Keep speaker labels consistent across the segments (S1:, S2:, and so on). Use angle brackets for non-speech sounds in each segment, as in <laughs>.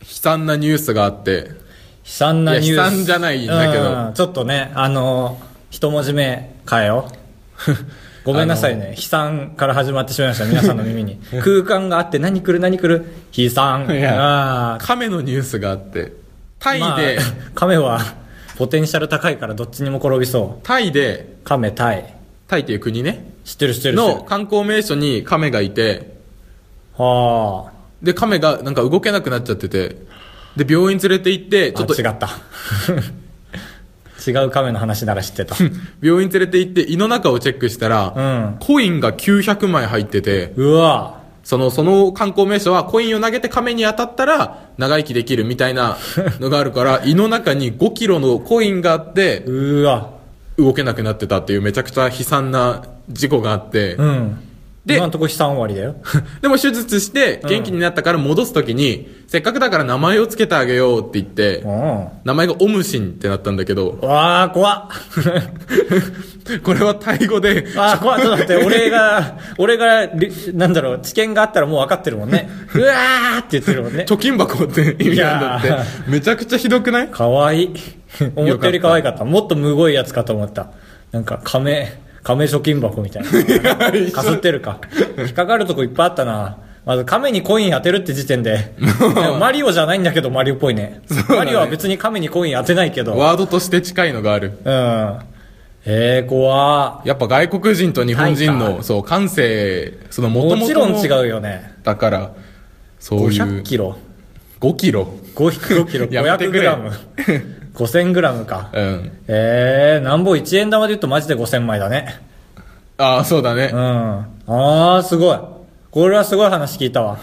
S1: 悲惨なニュースがあって、
S2: 悲惨なニュース
S1: いや悲惨じゃないんだけど
S2: うんちょっとねあのー一文字目変えよ
S1: <laughs>
S2: うごめんなさいね悲惨から始まってしまいました皆さん
S1: <laughs>
S2: の耳に空間があって何来る何来る悲惨
S1: いや
S2: あー
S1: 亀のニュースがあって、タイ
S2: まあ <laughs>
S1: で、
S2: 亀はポテンシャル高いからどっちにも転びそう
S1: タイで、
S2: 亀タイ
S1: タイっていう国ね、
S2: 知ってる知ってる知って
S1: の
S2: る
S1: 観光名所に亀がいて、
S2: はあ
S1: で、亀がなんか動けなくなっちゃってて、で、病院連れて行って、ちょっと
S2: あ違った <laughs> 違う亀の話なら知って
S1: <laughs>
S2: た
S1: 病院連れて行って胃の中をチェックしたら、
S2: うん
S1: コインが900枚入ってて、
S2: うわ
S1: その、その観光名所はコインを投げて亀に当たったら長生きできるみたいなのがある
S2: <laughs>
S1: から、胃の中に5キロのコインがあって、
S2: うわ
S1: 動けなくなってたっていうめちゃくちゃ悲惨な事故があって、
S2: うん
S1: で
S2: 今のとこ悲惨終わりだよ
S1: でも手術して元気になったから戻すときに、せっかくだから名前を付けてあげようって言って
S2: う、ん
S1: 名前がオムシンってなったんだけど、 <laughs>
S2: わあ、怖っ。
S1: これはタイ語で、
S2: ああ、怖っ。ちょっと待って、俺が、俺が、りなんだろう、知見があったらもう分かってるもんね。うわーって言ってるもんね。
S1: 貯金箱って意味なん
S2: い
S1: だ
S2: や
S1: って。めちゃくちゃひどくない
S2: かわいい。思ったより可愛かった。もっとむごいやつかと思った。なんか、亀、亀貯金箱みたいな。
S1: <laughs>
S2: かすってるか。引っかかるとこいっぱいあったな。まず亀にコイン当てるって時
S1: <laughs>
S2: 点で。でもマリオじゃないんだけどマリオっぽいね。
S1: だね
S2: マリオは別に亀にコイン当てないけど。うん。
S1: ワードとして近いのがある。
S2: えー、怖っ
S1: やっぱ外国人と日本人
S2: タイ
S1: の、そう、感性、その元々
S2: も
S1: の
S2: ちろん違うよね。
S1: だから、そういう。
S2: 500キロ。
S1: 5キロ。
S2: 5キロ、
S1: やめて
S2: 500
S1: く
S2: グ
S1: れ
S2: ラム。5000グラムか。
S1: うん。
S2: えー、なんぼ1円玉で言うとマジで5000枚だね。
S1: ああ、そうだ
S2: うん。
S1: ね。
S2: あー、すごい。これはすごい話聞い
S1: <laughs>
S2: たわ。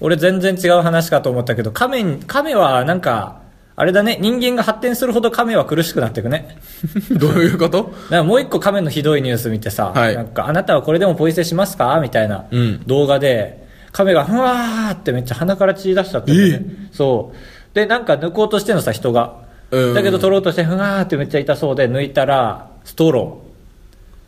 S2: 俺全然違う話かと思ったけど、亀に、亀はなんか、あれだね、人間が発展するほど亀は苦しくなっていくね。
S1: <laughs> どういうこと
S2: なんかもう一個亀のひどいニュース見てさ、
S1: はい
S2: なんかあなたはこれでもポイ捨てしますかみたいな
S1: うん
S2: 動画で、亀がふわーってめっちゃ鼻から血出しちゃったんだよね、そう。で、なんか抜こうとしてんのさ、人が。
S1: うん
S2: だけど取ろうとしてふわーってめっちゃ痛そうで抜いたら、ストロ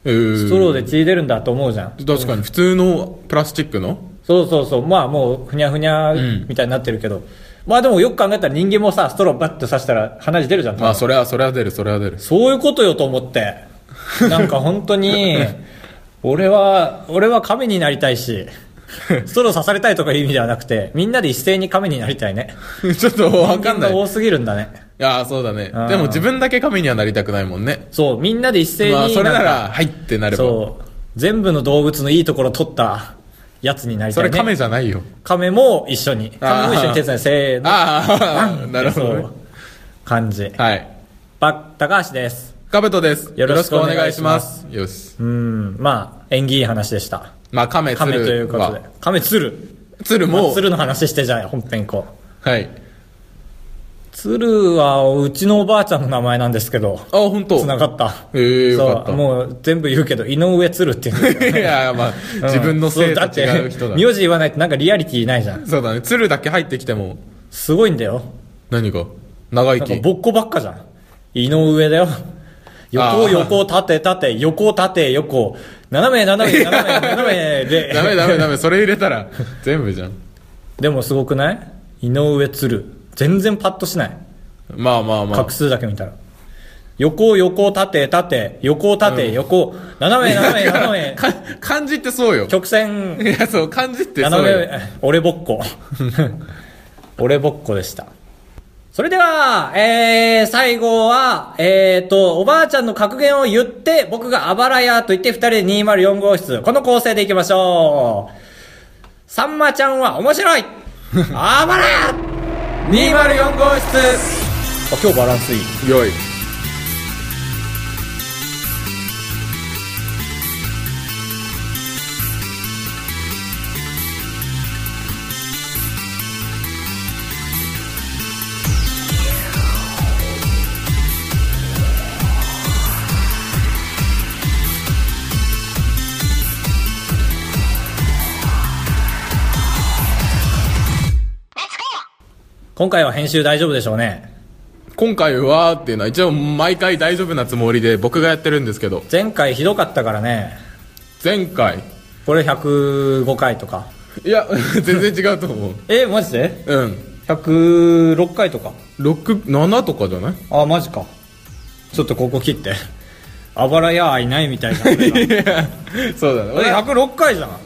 S2: ー。
S1: ス
S2: ストローで血出るんだと思うじゃん。
S1: 確かに普通のプラスチックの
S2: そうそうそう。まあもう、ふにゃふにゃ
S1: ん
S2: みたいになってるけど。まあでもよく考えたら人間もさ、ストローバッと刺したら鼻血出るじゃん。多分
S1: あ、それは、それは出る、それは出る。 <laughs>
S2: そういうことよと思って。なんか本当に、俺は、俺は亀になりたい
S1: <laughs>
S2: し、ストロー刺されたいとかいう意味ではなくて、みんなで一斉に亀になりたいね。
S1: ちょっとわかんない。
S2: 人間が
S1: い
S2: 多すぎるんだね。
S1: やー、そうだね
S2: うん。
S1: でも自分だけ神にはなりたくないもんね。
S2: そう、みんなで一斉に
S1: まあ、それな
S2: なん
S1: ら、はいってな
S2: か
S1: れば。そ
S2: そう、全部の動物のいいところ取ったやつになりたい、
S1: れ
S2: ね。
S1: 亀じゃないよ。
S2: 亀も一緒に。亀も一緒に手伝い、せーの。
S1: あ
S2: <laughs>
S1: あ、なるほど
S2: そ
S1: ね
S2: う。感じ。
S1: はい。
S2: ば、高橋です。
S1: カブトです。。
S2: よろしくお願いします
S1: よし。
S2: うん、まあ、縁起いい話でした。
S1: まあ、亀、
S2: 亀という
S1: 鶴
S2: ことで
S1: は。。
S2: 亀鶴。
S1: 鶴
S2: まあ
S1: も、
S2: 鶴の話してじゃあ本編行こう
S1: はい。
S2: 鶴はうちのおばあちゃんの名前なんですけど
S1: あ、本当。
S2: つながった
S1: えーよかった
S2: そうもう全部言うけど井上鶴っていうんだよ
S1: <laughs> いや、まあ、自分の性と違う人
S2: だ
S1: だ
S2: っ。て名字言わないとなんかリアリティないじゃん
S1: そうだね。鶴だけ入ってきても、
S2: すごいんだよ
S1: 何か、長生
S2: なんか
S1: き。
S2: ぼっこばっかじゃん井上だよ
S1: あ
S2: 横
S1: ー
S2: 横縦縦横縦横斜め斜
S1: <laughs>
S2: め斜め斜めで
S1: ダメダメダメ、それ入れたら、全部じゃん。
S2: でもすごくない井上鶴全然パッとしない
S1: まあまあまあ
S2: 画。数だけ見たら。横、横、縦、縦、横、縦、横、斜め、 <laughs> 斜め、斜め、
S1: か漢字ってそうよ。
S2: 直線、
S1: いや、そう、漢字ってそう
S2: 斜
S1: よ。
S2: め、俺ぼっ <laughs> こ。俺ぼっこでした。それでは、えー、最後は、えーと、おばあちゃんの格言を言って、僕があばらやと言って、二人で204号室、この構成でいきましょう。さんまちゃんは面白い <laughs> あばらや !204 号室あ、今日バランスいい。
S1: よい。
S2: 今回は編集大丈夫でしょうね
S1: 今回はっていうのは一応毎回大丈夫なつもりで僕がやってるんですけど、
S2: 前回ひどかったからね
S1: 前回、
S2: これ105回とか
S1: <laughs> いや、全然違うと思う。
S2: えマジで
S1: うん。
S2: 106回とか
S1: 6、7とかじゃ
S2: <laughs>
S1: ない
S2: あマジかちょっとここ切って <laughs> あばらやーいないみたい <laughs> な
S1: いやそうだね。
S2: 俺
S1: 俺、
S2: 106回じゃんだか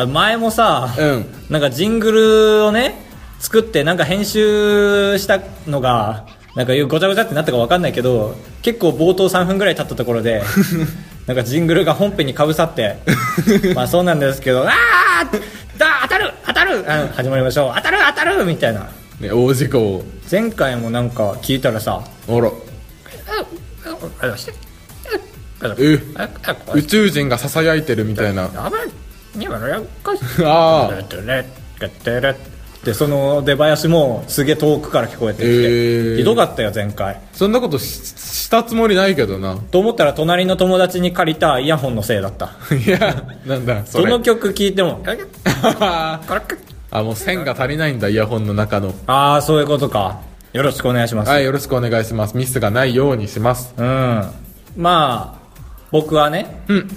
S2: ら前もさ、
S1: うん。
S2: なんかジングルをね作ってなんか編集したのがなんかごちゃごちゃってなったか分かんないけど結構冒頭3分ぐらい経ったところでなんかジングルが本編にかぶさってまあそうなんですけど「ああだ当たる当たるあ始まりましょう当たる当たる!」みたいな
S1: ね、大事故を。
S2: 前回もなんか聞いたらさ
S1: あら。
S2: 「あれしてあれ
S1: え
S2: ああ
S1: 宇宙人が囁いてるみたいな。
S2: <laughs> あばにばのやっかし」
S1: ああ。
S2: でその出囃子もすげえ遠くから聞こえてき
S1: へ
S2: て、
S1: ー
S2: ひどかったよ前回
S1: そんなことししたつもりないけどな。
S2: と思ったら隣の友達に借りたイヤホンのせいだった
S1: いや、なんだ、そ
S2: ど
S1: れ。
S2: の曲聴いても
S1: <laughs> あ、もう線が足りないんだ、イヤホンの中の。
S2: ああそういうことかよろしくお願いします、
S1: はい、よろしくお願いします。ミスがないようにします。
S2: うんまあ僕はね
S1: うん。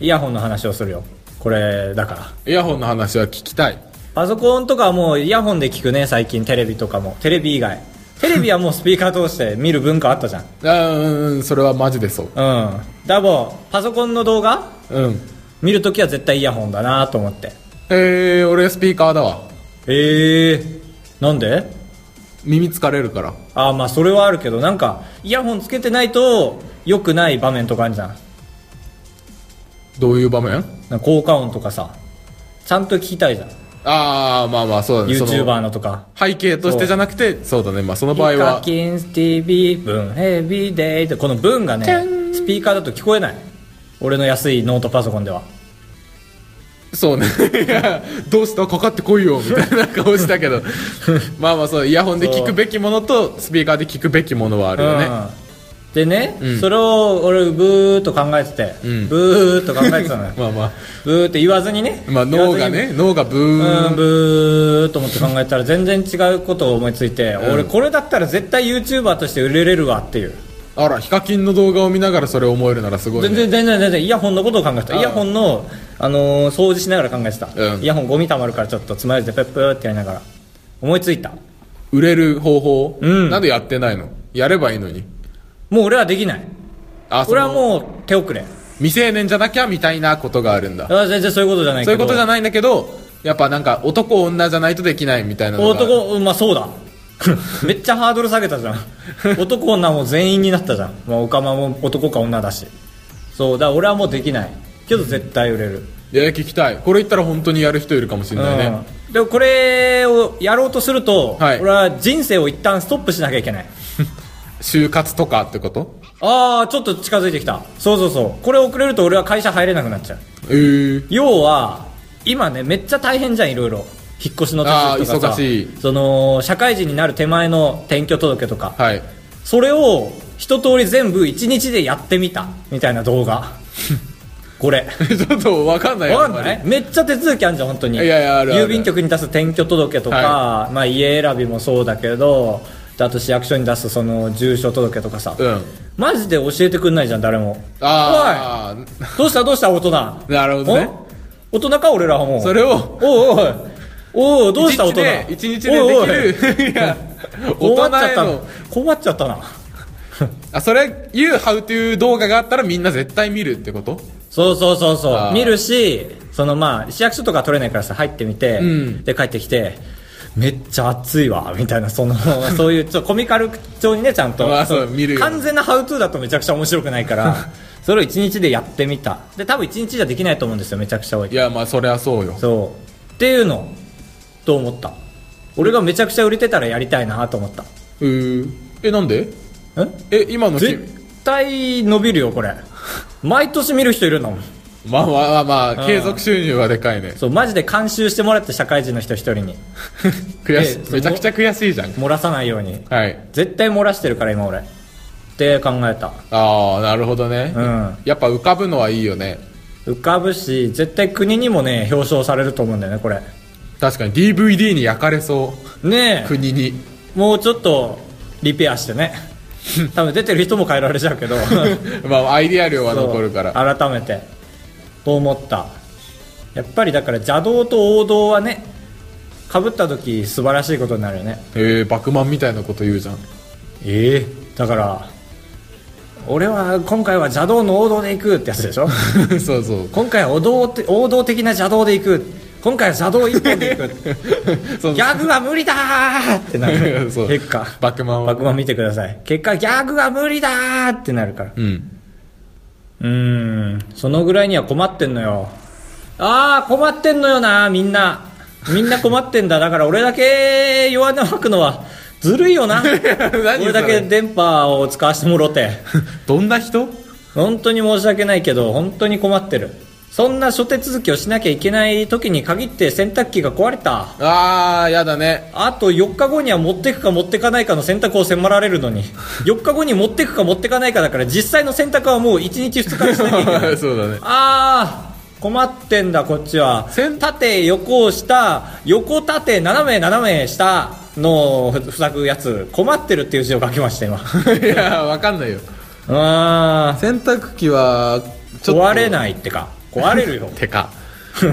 S2: イヤホンの話をするよこれだから
S1: イヤホンの話は聞きたい。
S2: パソコンとかはもうイヤホンで聞くね最近テレビとかもテレビ以外テレビはもうスピーカー通して見る文化あったじゃんうん
S1: あーうん、それはマジでそう。
S2: ダボパソコンの動画
S1: うん。
S2: 見るときは絶対イヤホンだなと思って
S1: えー、俺スピーカーだわ。
S2: ええー、なんで
S1: 耳疲れるから。
S2: ああまあそれはあるけどなんかイヤホンつけてないと良くない場面とかあるじゃん
S1: どういう場面
S2: なんか効果音とかさちゃんと聞きたいじゃん
S1: あー、まあまあ、そうだね。その
S2: YouTuber のとか
S1: 背景としてじゃなくて、そうだね。まあ、そ
S2: 「
S1: の場合
S2: ヒカ
S1: は。
S2: キンス TV ブンヘビーデイ」ってこの「ブン」がねスピーカーだと聞こえない俺の安いノートパソコンでは
S1: そうね。いやどうしたかかってこいよ、みたいな顔した
S2: <laughs>
S1: けど。まあまあそう、イヤホンで聞くべきものと、スピーカーで聞くべきものはあるよね。
S2: うん、でね、
S1: うん
S2: それを俺ブーっと考えてて、
S1: うん
S2: ブーっと考えてたのよ
S1: <laughs> まあま
S2: ブーって言わずにね
S1: あ。まあ脳がね、脳がブー
S2: うん、
S1: ン。
S2: ブーっと思って考えたら全然違うことを思いついて、
S1: ん
S2: 俺これだったら絶対 YouTuber として売れれるわっていう、
S1: あら、ヒカキンの動画を見ながらそれを思えるならすごい、ね。
S2: 全然全然全然イヤホンのことを考えてた
S1: あー
S2: イヤホンの、あのー掃除しながら考えてた、
S1: うん
S2: イヤホンゴミ溜まるからちょっとつまようじでペップーってやりながら思いついた
S1: 売れる方法、
S2: うん
S1: なんでやってないのやればいいのに。
S2: もう俺はできない
S1: あ、そ
S2: 俺は
S1: の、
S2: もう手遅れ
S1: 未成年じゃなきゃみたいなことがあるんだ。
S2: あ全然そういうことじゃない
S1: そうい
S2: け
S1: う
S2: ど
S1: ことじゃ
S2: ない
S1: ないんだけど、やっぱなんか男女じゃないとできないみたいなのが。
S2: 男うんまあそ
S1: <laughs>
S2: うだめっちゃハードル下げたじゃん男女も全員になったじゃん、まあ、おかまも男か女だしそうだから俺はもうできないけど絶対売れる、
S1: いや、聞きたい。これ言ったら本当にやる人いるかもしれないね。
S2: うんでもこれをやろうとすると、
S1: はい
S2: 俺は人生を一旦ストップしなきゃいけない
S1: 就活とかってこと
S2: ああちょっと近づいてきたそうそうそうこれ遅れると俺は会社入れなくなっちゃう
S1: ええー。
S2: 要は今ねめっちゃ大変じゃんいろいろ引っ越しの手続きとかさ
S1: あー忙しい
S2: その社会人になる手前の転居届とか、
S1: はい。 <laughs>
S2: それを一通り全部1日でやってみたみたいな動画 <laughs> これ
S1: ちょっとわかんない
S2: わ
S1: よ
S2: かんないめっちゃ手続きあるじゃん本当に
S1: いやいやあるある
S2: 郵便局に出す転居届とか、
S1: は
S2: まあ、家選びもそうだけどであと市役所に出すその住所届とかさ、
S1: うん。
S2: マジで教えてくんないじゃん誰も
S1: ああ、
S2: おいどうしたどうした大人
S1: なるほどね。
S2: お大人か俺らはもう
S1: それを、
S2: おいおいおいおいどうした大
S1: 一日
S2: 人
S1: で、一日でできる。 <laughs> いや、
S2: おいおい
S1: 大人へ
S2: <laughs> 困っちゃったな
S1: の、
S2: 困っちゃったな
S1: あ、それ、言う How to 動画があったらみんな絶対見るってこと
S2: そうそうそうそ
S1: あー
S2: う見るしそのまあ市役所とか取れないからさ入ってみて、
S1: うん
S2: で帰ってきてめっちゃ暑いわみたい
S1: <laughs>
S2: なそのそういうちょっとコミカル調にねちゃんと、
S1: まあそう見るよ
S2: 完全なハウトゥーだとめちゃくちゃ面白くないから
S1: <laughs>
S2: それを1日でやってみたで多分1日じゃできないと思うんですよめちゃくちゃ多い
S1: いや、まあ、そりゃそうよ。
S2: そうっていうのと思った俺がめちゃくちゃ売れてたらやりたいなと思った
S1: うーえ、なんで
S2: ん
S1: え、今の君
S2: 絶対伸びるよこれ毎年見る人いるんだもん
S1: まあまあまあまあ、継続収入はでかいね。
S2: そうマジで監修してもらって社会人の人一人に
S1: 悔し
S2: え
S1: い。めちゃくちゃ悔しいじゃん。
S2: 漏らさないように
S1: はい。
S2: 絶対漏らしてるから今俺って考えた
S1: ああ、なるほどね
S2: う。ん
S1: やっぱ浮かぶのはいいよね。
S2: 浮かぶし絶対国にもね表彰されると思うんだよねこれ
S1: 確かに DVD に焼かれそう。
S2: ねえ
S1: 国に。 <laughs>
S2: もうちょっとリペアしてね <laughs> 多分出てる人も変えられちゃう
S1: <laughs>
S2: けど
S1: まあ、アイディア量は
S2: そう
S1: 残るから。
S2: 改めてと思ったやっぱりだから邪道と王道はねかぶった時素晴らしいことになるよね
S1: えー、バクマンみたいなこと言うじゃん <laughs>
S2: ええだから俺は今回は邪道の王道で行くってやつ
S1: <laughs>
S2: でしょ
S1: そうそう
S2: 今回は王道って王道的な邪道で行く今回は邪道一本で行く
S1: <laughs> そう
S2: ギャグは無理だーってなる
S1: <laughs> そう
S2: 結果
S1: バクマンは
S2: バクマン見てください結果ギャグは無理だーってなるから
S1: うん
S2: うーんそのぐらいには困ってんのよああ困ってんのよなみんなみんな困ってんだだから俺だけ弱音を吐くのはずるいよな
S1: <laughs> 何
S2: 俺だけ電波を使わせてもろて
S1: どんな人
S2: 本当に申し訳ないけど本当に困ってるそんな諸手続きをしなきゃいけない時に限って洗濯機が壊れた
S1: あーやだね
S2: あと4日後には持ってくか持ってかないかの選択を迫られるのに4日後に持ってくか持ってかないかだから実際の選択はもう1日2日にしなきゃ
S1: <laughs>
S2: いけな
S1: <laughs>
S2: い
S1: そうだね
S2: あー困ってんだこっちは
S1: せん
S2: 縦横下横縦斜め斜め下のふふざくやつ困ってるっていう字を書きました今
S1: いやわかんないよ
S2: あ
S1: 洗濯機は
S2: ー壊れ
S1: い
S2: ないってか壊れるよ
S1: てか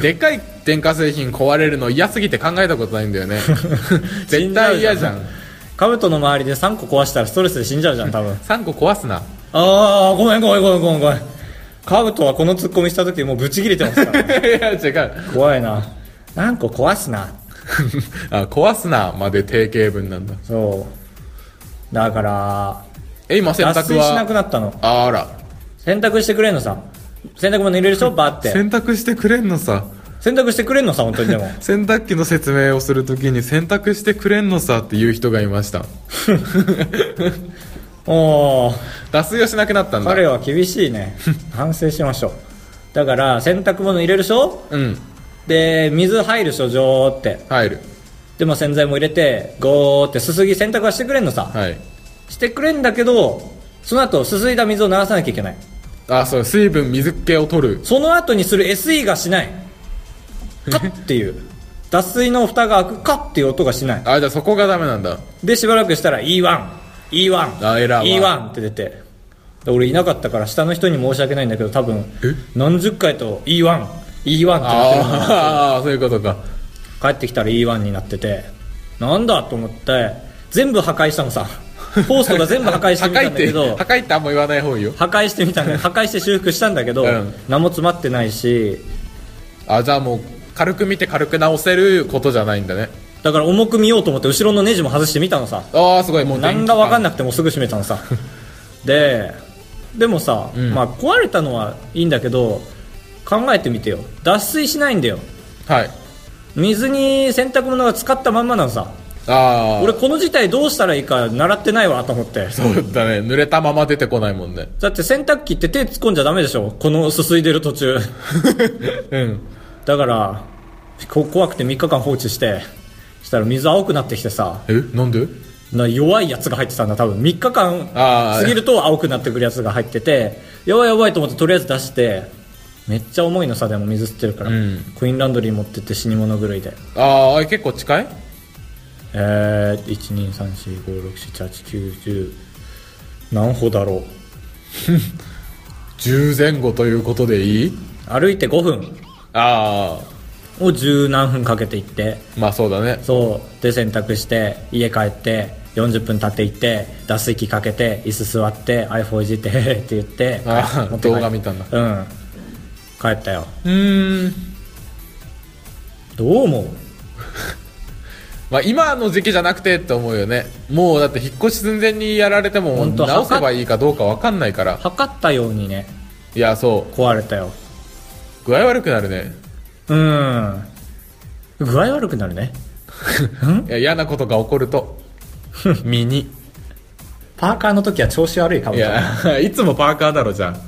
S1: でっかい電化製品壊れるの嫌すぎて考えたことないんだよ <laughs> ね絶対嫌じゃん
S2: カブトの周りで3個壊したらストレスで死んじゃうじゃん多分
S1: 3個壊すな
S2: <laughs> ああごめんごめんごめんごめんごめんカブトはこのツッコミした時もうブチ切れてますから
S1: <laughs> いや違う
S2: <laughs> 怖いな何個壊すな
S1: <laughs> あ壊すなまで定型文なんだ
S2: そうだから
S1: え今洗
S2: 脱
S1: 濯
S2: 水しなく
S1: は
S2: なったの
S1: あら
S2: 洗濯してくれんのさ洗濯物入れるでしょバー <laughs> って
S1: 洗濯してくれんのさ
S2: 洗濯してくれんのさ本当にで <laughs> も
S1: 洗濯機の説明をするときに洗濯してくれんのさっていう人がいました
S2: おお
S1: 脱水をしなくなったんだ
S2: 彼は厳しい <laughs> ね反省しましょうだから洗濯物入れるでしょ
S1: うん
S2: で水入るでしょジョーって
S1: 入る
S2: でも洗剤も入れてゴーってすすぎ洗濯はしてくれんのさ、
S1: はい
S2: してくれんだけどその後すすいだ水を流さなきゃいけない
S1: あそう水分水気を取る
S2: その後にする SE がしないカッっ
S1: <laughs>
S2: ていう脱水の蓋が開くカッっていう音がしない
S1: あじゃあそこがダメなんだ
S2: でしばらくしたら E1E1
S1: あエラー
S2: E1 って出てで俺いなかったから下の人に申し訳ないんだけど多分何十回と E1E1 ってなってるの
S1: あ
S2: <laughs>
S1: あそういうことか
S2: 帰ってきたら E1 になっててなんだと思って全部破壊したの
S1: <laughs>
S2: さホーストが全部破壊し
S1: 破
S2: てみた
S1: 壊
S2: ん
S1: っ
S2: だけ
S1: て
S2: ど
S1: 破壊ってあんま言わない方がいいよ
S2: 破壊して
S1: <laughs>
S2: みたんだ破壊して修復したんだけど、
S1: うん
S2: 何も詰まってないし
S1: あじゃあもう軽く見て軽く直せることじゃないんだね
S2: だから重く見ようと思って後ろのネジも外してみたのさ
S1: ああすごいもう
S2: 何が分かん
S1: ない
S2: なくてもすぐ閉めた
S1: <laughs>
S2: のさででもさ、
S1: ん
S2: まあ、壊れたのはいいんだけど考えてみてよ脱水しないんだよ
S1: はい
S2: 水に洗濯物が浸かったまんまなのさ
S1: ああ
S2: 俺この事態どうしたらいいか習ってないわと思って
S1: そうだね濡れたまま出てこないもんね
S2: だって洗濯機って手突っ込んじゃダメでしょこのすすいでる途中
S1: うん
S2: だからこ怖くて3日間放置してしたら水青くなってきてさ
S1: えなんで
S2: な弱いやつが入ってたんだ多分3日間
S1: あー
S2: 過ぎると青くなってくるやつが入っててやばいやばいと思ってとりあえず出してめっちゃ重いのさでも水吸ってるから、
S1: うん
S2: コインランドリー持ってって死に物狂いで
S1: ああ結構近い
S2: えー、12345678910何歩だろう
S1: 10前後ということでいい
S2: 歩いて5分
S1: あ
S2: を十何分かけて行って
S1: あまあそうだね
S2: そうで洗濯して家帰って40分経って行って脱水機かけて椅子座って iPhone いじってって言って
S1: あー
S2: 持って帰っ
S1: 動画見たんだ
S2: うん帰ったよ
S1: うーん
S2: どう思う
S1: まあ今の時期じゃなくてって思うよねもうだって引っ越し寸前にやられても
S2: 本当
S1: 直せばいいかどうかわかんないから
S2: 測ったようにね
S1: いやそう
S2: 壊れたよ
S1: 具合悪くなるね
S2: うん具合悪くなるね
S1: いや嫌なことが起こると <laughs> 身に
S2: パーカーの時は調子悪いかも
S1: いやいつもパーカーだろじゃん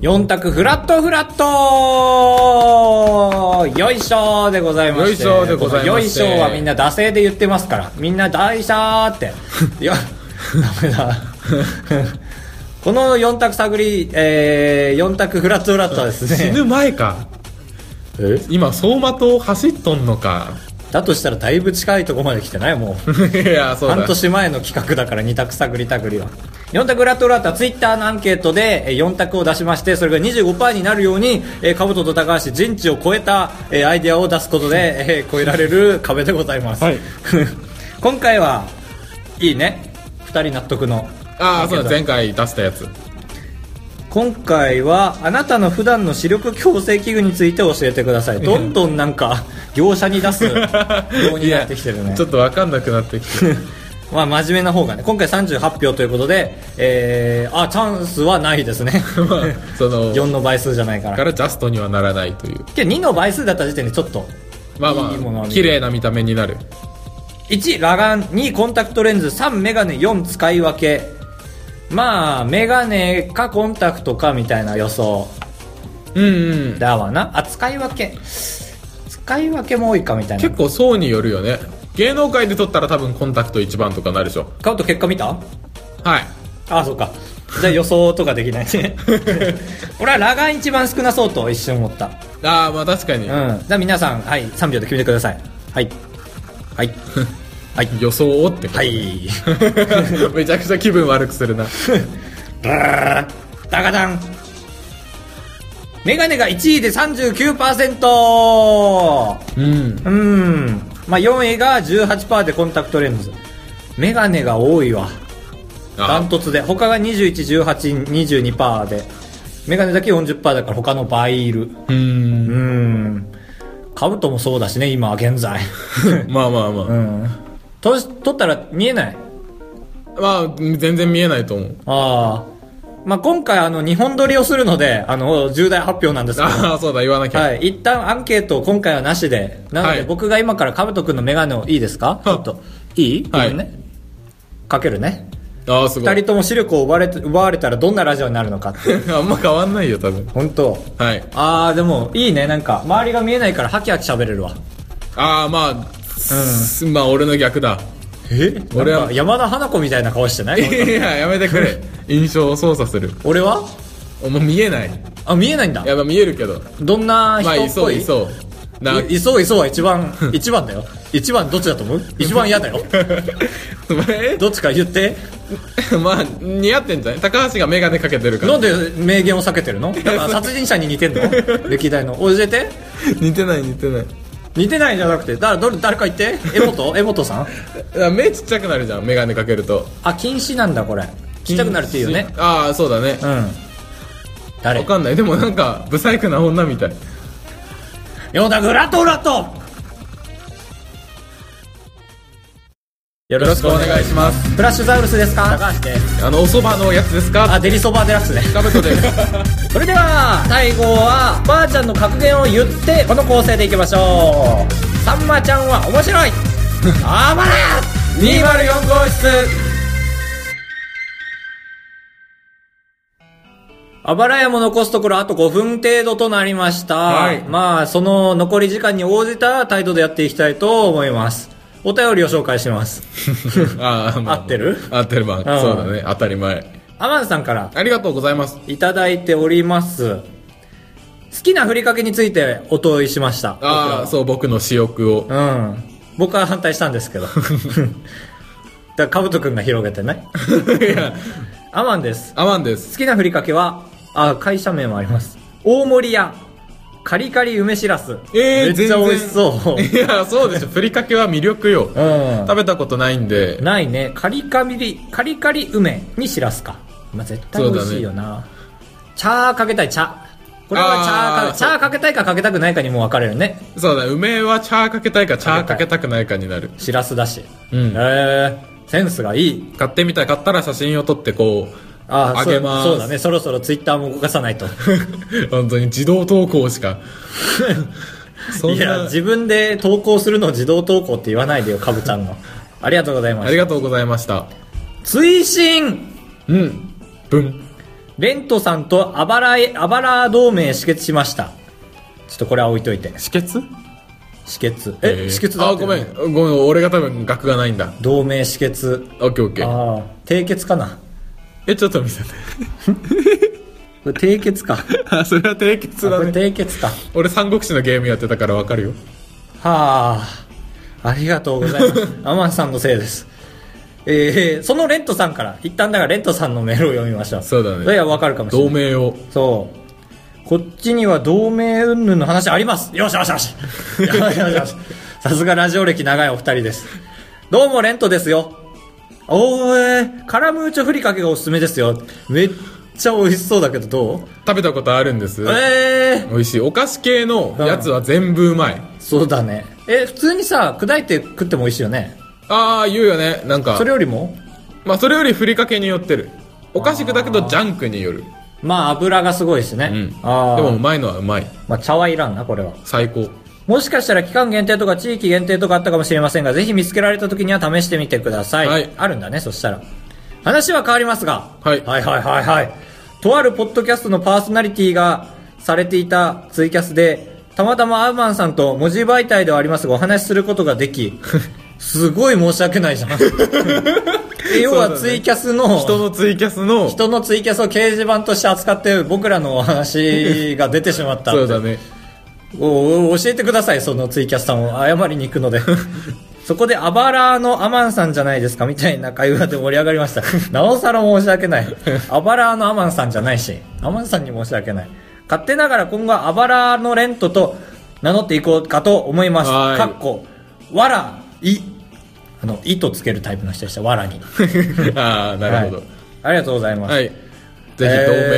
S2: 4択フラットフラットよいしょーでございまして
S1: よいしょーでございま
S2: よい
S1: して
S2: しょーはみんな惰性で言ってますからみんな大しゃーって
S1: <laughs>
S2: いやダメだ <laughs> この4択探り、え4択フラットフラットはですね
S1: 前か
S2: え
S1: 今走馬灯走っとんのか <laughs>
S2: だとしたらだいぶ近いとこまで来てないもう
S1: いやそうだ
S2: 半年前の企画だから2択探り探りは4択ラットラッタツイッターのアンケートで4択を出しましてそれが25%になるようにえー兜と高橋陣地を超えたえーアイデアを出すことでえー超えられる壁でございます、
S3: はい
S2: <laughs> 今回はいいね2人納得の
S1: ああそうだ前回出したやつ
S2: 今回はあなたの普段の視力矯正器具について教えてくださいどんどんな
S1: <laughs>
S2: んか業者に出すようになってきてる
S1: い
S2: ね
S1: やちょっと分かんなくなってき <laughs> て
S2: <laughs> まあ真面目な方がね今回38票ということでえー、あチャンスはないですね
S1: まあその
S2: 4の倍数じゃないから
S1: からジャストにはならないという
S2: 2の倍数だった時点でちょっと
S1: まあ
S2: いいもの
S1: ま
S2: は
S1: あ
S2: 見る
S1: 綺麗な見た目になる
S2: 1裸眼2コンタクトレンズ3メガネ4使い分けまあメガネかコンタクトかみたいな予想
S1: うんうん
S2: だわなあ使い分け使い分けも多いかみたいな
S1: 結構層によるよね芸能界で撮ったら多分コンタクト一番とかなるでしょ
S2: カウト結果見た
S1: はい
S2: ああそうかじゃあ予想とかできないね俺は裸眼一番少なそうと一瞬思った
S1: ああまあ確かに、
S2: うんじゃあ皆さんはい3秒で決めてくださいはいはいはい
S1: 予想をってこと
S2: はい
S1: <laughs>
S2: <laughs>
S1: めちゃくちゃ気分悪くするな
S2: ブラーダガダンメガネが1位で39%
S1: うん
S2: うんまあ4位が18%でコンタクトレンズメガネが多いわダン
S1: あ
S2: トツで他が211822%でメガネだけ40%だから他の倍いる
S1: うん
S2: うんカブトもそうだしね今現在 <laughs>
S1: まあまあまあ、
S2: うんと取ったら見えない
S1: まあ全然見えないと思う
S2: ああまあ今回あの2本撮りをするのであの重大発表なんですけど
S1: ああそうだ言わなきゃ、
S2: はい、一旦アンケートを今回はなしでなの
S1: は
S2: で
S1: い
S2: 僕が今からカブト君のメガネをいいですかちょっといい、
S1: はい
S2: 自分ねかけるね
S1: ああすご
S2: 2
S1: い
S2: 人とも視力を奪われて奪われたらどんなラジオになるのかって
S1: <laughs> あんま変わんないよ多分
S2: 本当
S1: はい
S2: ああでもいいねなんか周りが見えないからハキハキ喋れるわ
S1: ああまあ、すまあ俺の逆だ
S2: え俺
S1: 俺は
S2: は山田花子みたいな顔してない
S1: <laughs>
S2: い
S1: ややめてくれ印象を操作する
S2: 俺は
S1: おもう見えない
S2: あ見えないんだ
S1: やっぱ見えるけど
S2: どんな
S1: まあ
S2: 人
S1: い
S2: っぽ
S1: そう
S2: い,、
S1: いそうな <laughs>
S2: いそういそうは一番一番だよ一番どっちだと思う一番嫌
S1: <laughs>
S2: だよ
S1: え
S2: どっちか言って
S1: まあ似合ってんじゃない高橋が眼鏡かけてるか
S2: な
S1: ら
S2: んで名言を避けて
S1: <laughs>
S2: るのだから殺人者に似てんの歴代の教えて
S1: 似てない似てない
S2: 似てないじゃなくてだからどれ誰か言って江
S1: <laughs>
S2: 本江本さん
S1: あ目ちっちゃくなるじゃん眼鏡かけると
S2: あ禁止なんだこれちっちゃくなるっていうね
S1: ああそうだね
S2: うん誰
S1: わかんないでもなんかブサイクな女みたい
S2: ヨダグラトラトよ
S1: よろしくお願いします
S2: フラッシュザウルスですか高橋です
S1: あのおそばのやつですか
S2: あデリソバーデラックスね
S1: カブトです
S2: <laughs> それでは最後はばあちゃんの格言を言ってこの構成でいきましょうさんまちゃんは面
S1: <laughs>
S2: 白いあばらや
S1: 204号室
S2: あばらやも残すところあと5分程度となりました。
S1: はい
S2: まあ、その残り時間に応じた態度でやっていきたいと思います。お便りを紹介します。
S1: ああ、まあ
S2: 合ってる
S1: 合ってるまあ、
S2: ん
S1: そうだね当たり前
S2: アマンさんから
S1: ありがとうございます
S2: いただいております。好きなふりかけについてお問いしました。
S1: ああそう僕の私欲
S2: <laughs>
S1: を
S2: うん。僕は反対したんですけど。だ <laughs> から、かぶとくんが広げてね。
S1: いや
S2: アマンです。
S1: アマンです
S2: 好きなふりかけは、あ、会社名もあります。大盛り屋、カリカリ梅しらす。
S1: えー
S2: めっちゃ
S1: 全然
S2: 美味しそう。
S1: いやそうでしょふりかけは魅力よ
S2: うん
S1: 食べたことないんで
S2: ないねカリカリカリカリ梅にしらすか、まあ、絶対美味しいよな、茶かけたい茶これは
S1: あー
S2: 茶か茶かけたいかかけたくないかにも分かれるね
S1: そうだ梅は茶かけたいか茶かけたくないかになる
S2: しらすだし、
S1: うん
S2: へえセンスがいい
S1: 買ってみたい買ったら写真を撮ってこう
S2: ああ
S1: あげます
S2: そうそうだねそろそろツイッターも動かさないと
S1: <laughs> 本当に自動投稿しか <laughs> そん
S2: いや
S1: な
S2: 自分で投稿するのを自動投稿って言わないでよかぶちゃんの <laughs> ありがとうございま
S1: あり
S2: す
S1: がとうございました
S2: 追伸
S1: うんブン
S2: レントさんとあばらえあばら同盟止血しましたちょっとこれは置いといて
S1: 止血
S2: 止血え止血だ
S1: あ
S2: って
S1: ご
S2: る
S1: めんごめん俺が多分額がないんだ
S2: 同盟止血
S1: オッケーオッケー
S2: ああ低血かな
S1: えちょっと見せて
S2: これ締結か。
S1: <laughs> あそれは低血
S2: こ
S1: だ
S2: れ
S1: ね
S2: 締結か。
S1: <laughs> 俺三国志のゲームやってたからわかるよ
S2: はあ。ありがとうございます。
S1: <laughs>
S2: アマンさんのせいです。えー、そのレントさんから、一旦だからレントさんのメールを読みましょう。
S1: そうだね
S2: いや、わかるかもしれない
S1: 同。盟を
S2: そう。こっちには同盟云々の話あります。よしよしよし。よしよしよし。さすがラジオ歴長いお二人です。どうも、レントですよ。おーえー、カラムーチョふりかけがおすすめですよ。めっちゃ美味しそうだけど、どう
S1: 食べたことあるんです
S2: えー、
S1: 美味しいお菓子系のやつは全部うまい
S2: そうだね。え、普通にさ、砕いて食っても美味しいよね。
S1: ああ言うよねなんか
S2: それよりも
S1: まあそれよりふりかけによってるお菓子だけどジャンクによる
S2: まあ、油がすごいしね。
S1: うんで
S2: ああ。
S1: もうまいのはうまい
S2: まあ、茶はいらんな、これは。
S1: 最高
S2: もしかしたら期間限定とか地域限定とかあったかもしれませんが、ぜひ見つけられた時には試してみてください。
S1: はい
S2: あるんだね、そしたら。話は変わりますが、
S1: はい
S2: はいはいはいはい。とあるポッドキャストのパーソナリティがされていたツイキャスで、たまたまアウマンさんと文字媒体ではありますがお話しすることができ、 <laughs> すごい申し
S1: <laughs>
S2: 訳ないじゃん。え要はツイキャスの、
S1: 人のツイキャスの
S2: 人のツイキャスを掲示板として扱って僕らのお話が出てしまった。
S1: そうだ
S2: <laughs>
S1: ね
S2: おお教えてくださいそのツイキャスさんを謝りに行くので <laughs> そこであばらのアマンさんじゃないですかみたいな会話で盛り上がりましたなおさら申し訳ないあばらのアマンさんじゃないしアマンさんに申し訳ない勝手ながら今後はあばらのレントと名乗っていこうかと思います
S1: はい
S2: かっこわらいあの「い」とつけるタイプの人でしたわらに
S1: ああなるほ
S2: はい
S1: ど、
S2: ありがとうございます、
S1: はい、ぜひ同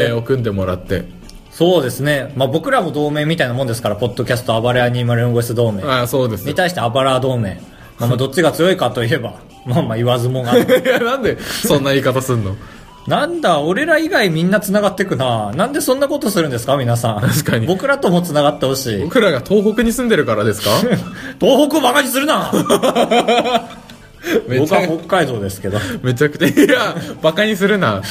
S1: 盟を組んでもらって、
S2: そうですね、まあ、僕らも同盟みたいなもんですからポッドキャストあばらや204号室同盟
S1: ああそうです
S2: に
S1: よ
S2: 対してアバラー同盟。まあまあどっちが強いかといえば、まあまあ言わずも
S1: <laughs>
S2: がな。
S1: いやなんでそんな言い方すんの
S2: なんだ、俺ら以外みんな繋がってくな。なんでそんなことするんですか、皆さん。
S1: 確かに
S2: 僕らとも繋がってほしい。
S1: 僕らが東北に住んでるからですか
S2: 東北を馬鹿にするな
S1: め
S2: <laughs> 僕
S1: ちゃ
S2: は北海道ですけど。
S1: めちゃくちゃいやバカにするな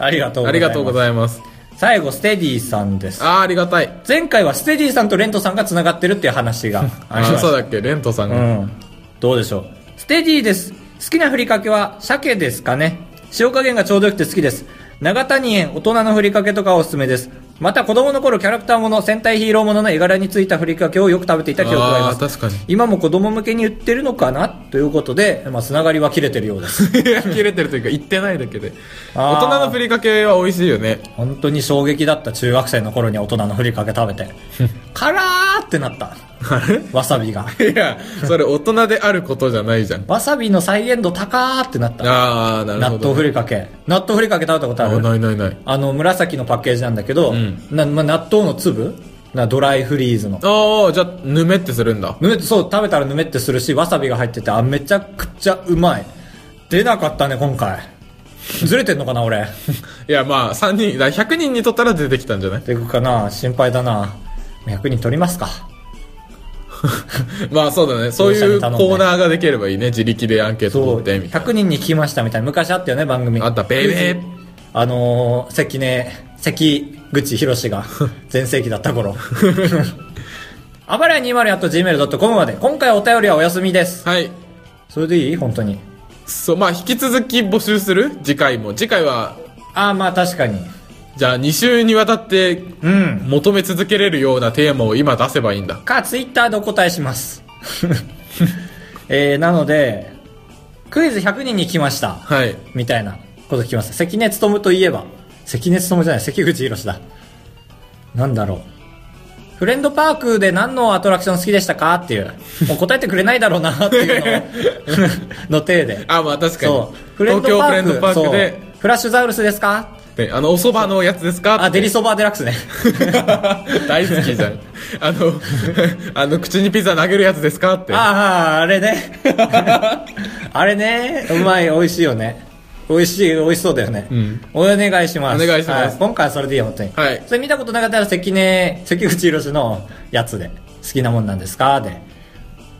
S2: ありがとうご
S1: あ
S2: ざ
S1: り
S2: います。
S1: がとうございます
S2: 最後、ステディさんです。
S1: ああありがたい
S2: 前回はステディさんとレントさんが繋がってるっていう話があ
S1: あ
S2: りました。
S1: そうだっけレントさん
S2: う
S1: が、
S2: ん。どうでしょう。ステディです。好きなふりかけは鮭ですかね。塩加減がちょうどよくて好きです。長谷園、大人のふりかけとかおすすめです。また子供の頃キャラクターもの、戦隊ヒーローものの絵柄についたふりかけをよく食べていた記憶がありま
S1: ああ
S2: す。
S1: 確かに
S2: 今も子供向けに売ってるのかなということで、まあ、つながりは切れてるよ
S1: <laughs>
S2: うです。
S1: いや切れてるというか言ってないだけで大
S2: あー
S1: 人のふりかけは美味しいよね
S2: 本当に衝撃だった中学生の頃に大人のふりかけ
S1: <laughs>
S2: 食べて。辛ーってなった。わさびが。
S1: いやそれ大人であることじゃないじゃん
S2: わさびの再現度高ーってなった。
S1: ああなる
S2: 納
S1: ほ
S2: 豆
S1: ど
S2: ふりかけ納豆ふりかけ食べたことあ
S1: あ
S2: る
S1: ないないない
S2: あの紫のパッケージなんだけど、
S1: ん
S2: なま納豆の粒なドライフリーズの
S1: ああじゃあぬめってするんだ
S2: ぬめそう食べたらぬめってするしわさびが入っててあめちゃくちゃうまい出なかったね今回ずれてんのかな俺 <laughs>
S1: いやまあ3人だから100人にとったら出てきたんじゃない
S2: 出てくかな心配だな100人取りますか
S1: まあそうだねそういうコ
S2: 業者に頼んで
S1: ーナーができればいいね自力でアンケート
S2: そ
S1: 取
S2: う
S1: ってみたい
S2: 100人に聞きましたみたいな昔あったよね番組
S1: あったベイベー
S2: あのー関根関口
S1: <laughs>
S2: 宏が全盛期だった頃あばれ 204.gmail.com まで今回お便りはお休みです
S1: なはい
S2: それでいい本当に
S1: そうまあ引き続き募集する次回も次回は
S2: ああまあ確かに
S1: じゃあ2週にわたって
S2: うん
S1: 求め続けれるようなテーマを今出せばいいんだ
S2: かツイッターでお答えします
S1: <laughs>
S2: えー、なのでクイズ100人に聞きました
S1: はい
S2: みたいなこと聞きます。関根勤といえば、関根勤じゃない、関口博だ。なんだろう。フレンドパークで何のアトラクション好きでしたかっていう。もう答えてくれないだろうなっていう
S1: <laughs>
S2: のをの体で。
S1: あまあ確かに
S2: そう。フレン
S1: 東
S2: ド
S1: 京
S2: パ
S1: フレ
S2: ー
S1: ンド
S2: ク。
S1: パークで
S2: そう。フラッシュザウルスですか
S1: であのおそばのやつですか
S2: あ、デリソバーデラックスね。
S1: <laughs> 大好きじゃんあの <laughs> あの口にピザ投げるやつですかって
S2: ああ、あ
S1: <laughs>
S2: れね。あれね。うまい、美味しいよね。美味しい、美味しそうだよね。
S1: ん
S2: お願いしま
S1: お
S2: す。
S1: 願いします
S2: は今回はそれでいいよ、本当に。
S1: はい
S2: それ見たことなかったら関根、関口宏のやつで、好きなもんなんですかで、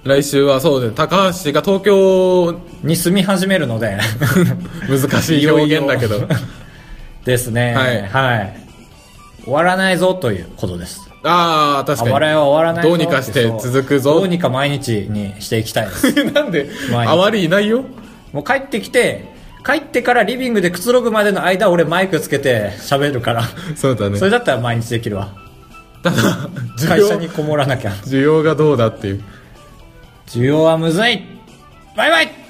S1: 来週はそうで高橋が東京
S2: に住み始めるので、
S1: 難し <laughs> い表現だけ
S2: い
S1: ど
S2: よいよ <laughs> ですね。
S1: はい
S2: はい終わらないぞということです。
S1: ああ確
S2: あ
S1: かに
S2: ばらやは終わらないぞ
S1: どうにかして
S2: そう
S1: 続くぞ
S2: どうにか毎日にしていきたいです。
S1: なんで
S2: まあいい
S1: あわりいないよ
S2: もう帰ってきて、帰ってからリビングでくつろぐまでの間、俺マイクつけて喋るから。
S1: そうだね
S2: それだったら毎日できるわ。
S1: ただ
S2: 会社に
S1: 需
S2: こもらなきゃ。
S1: 要需要がどうだっていう
S2: 需要はむずいバイバイ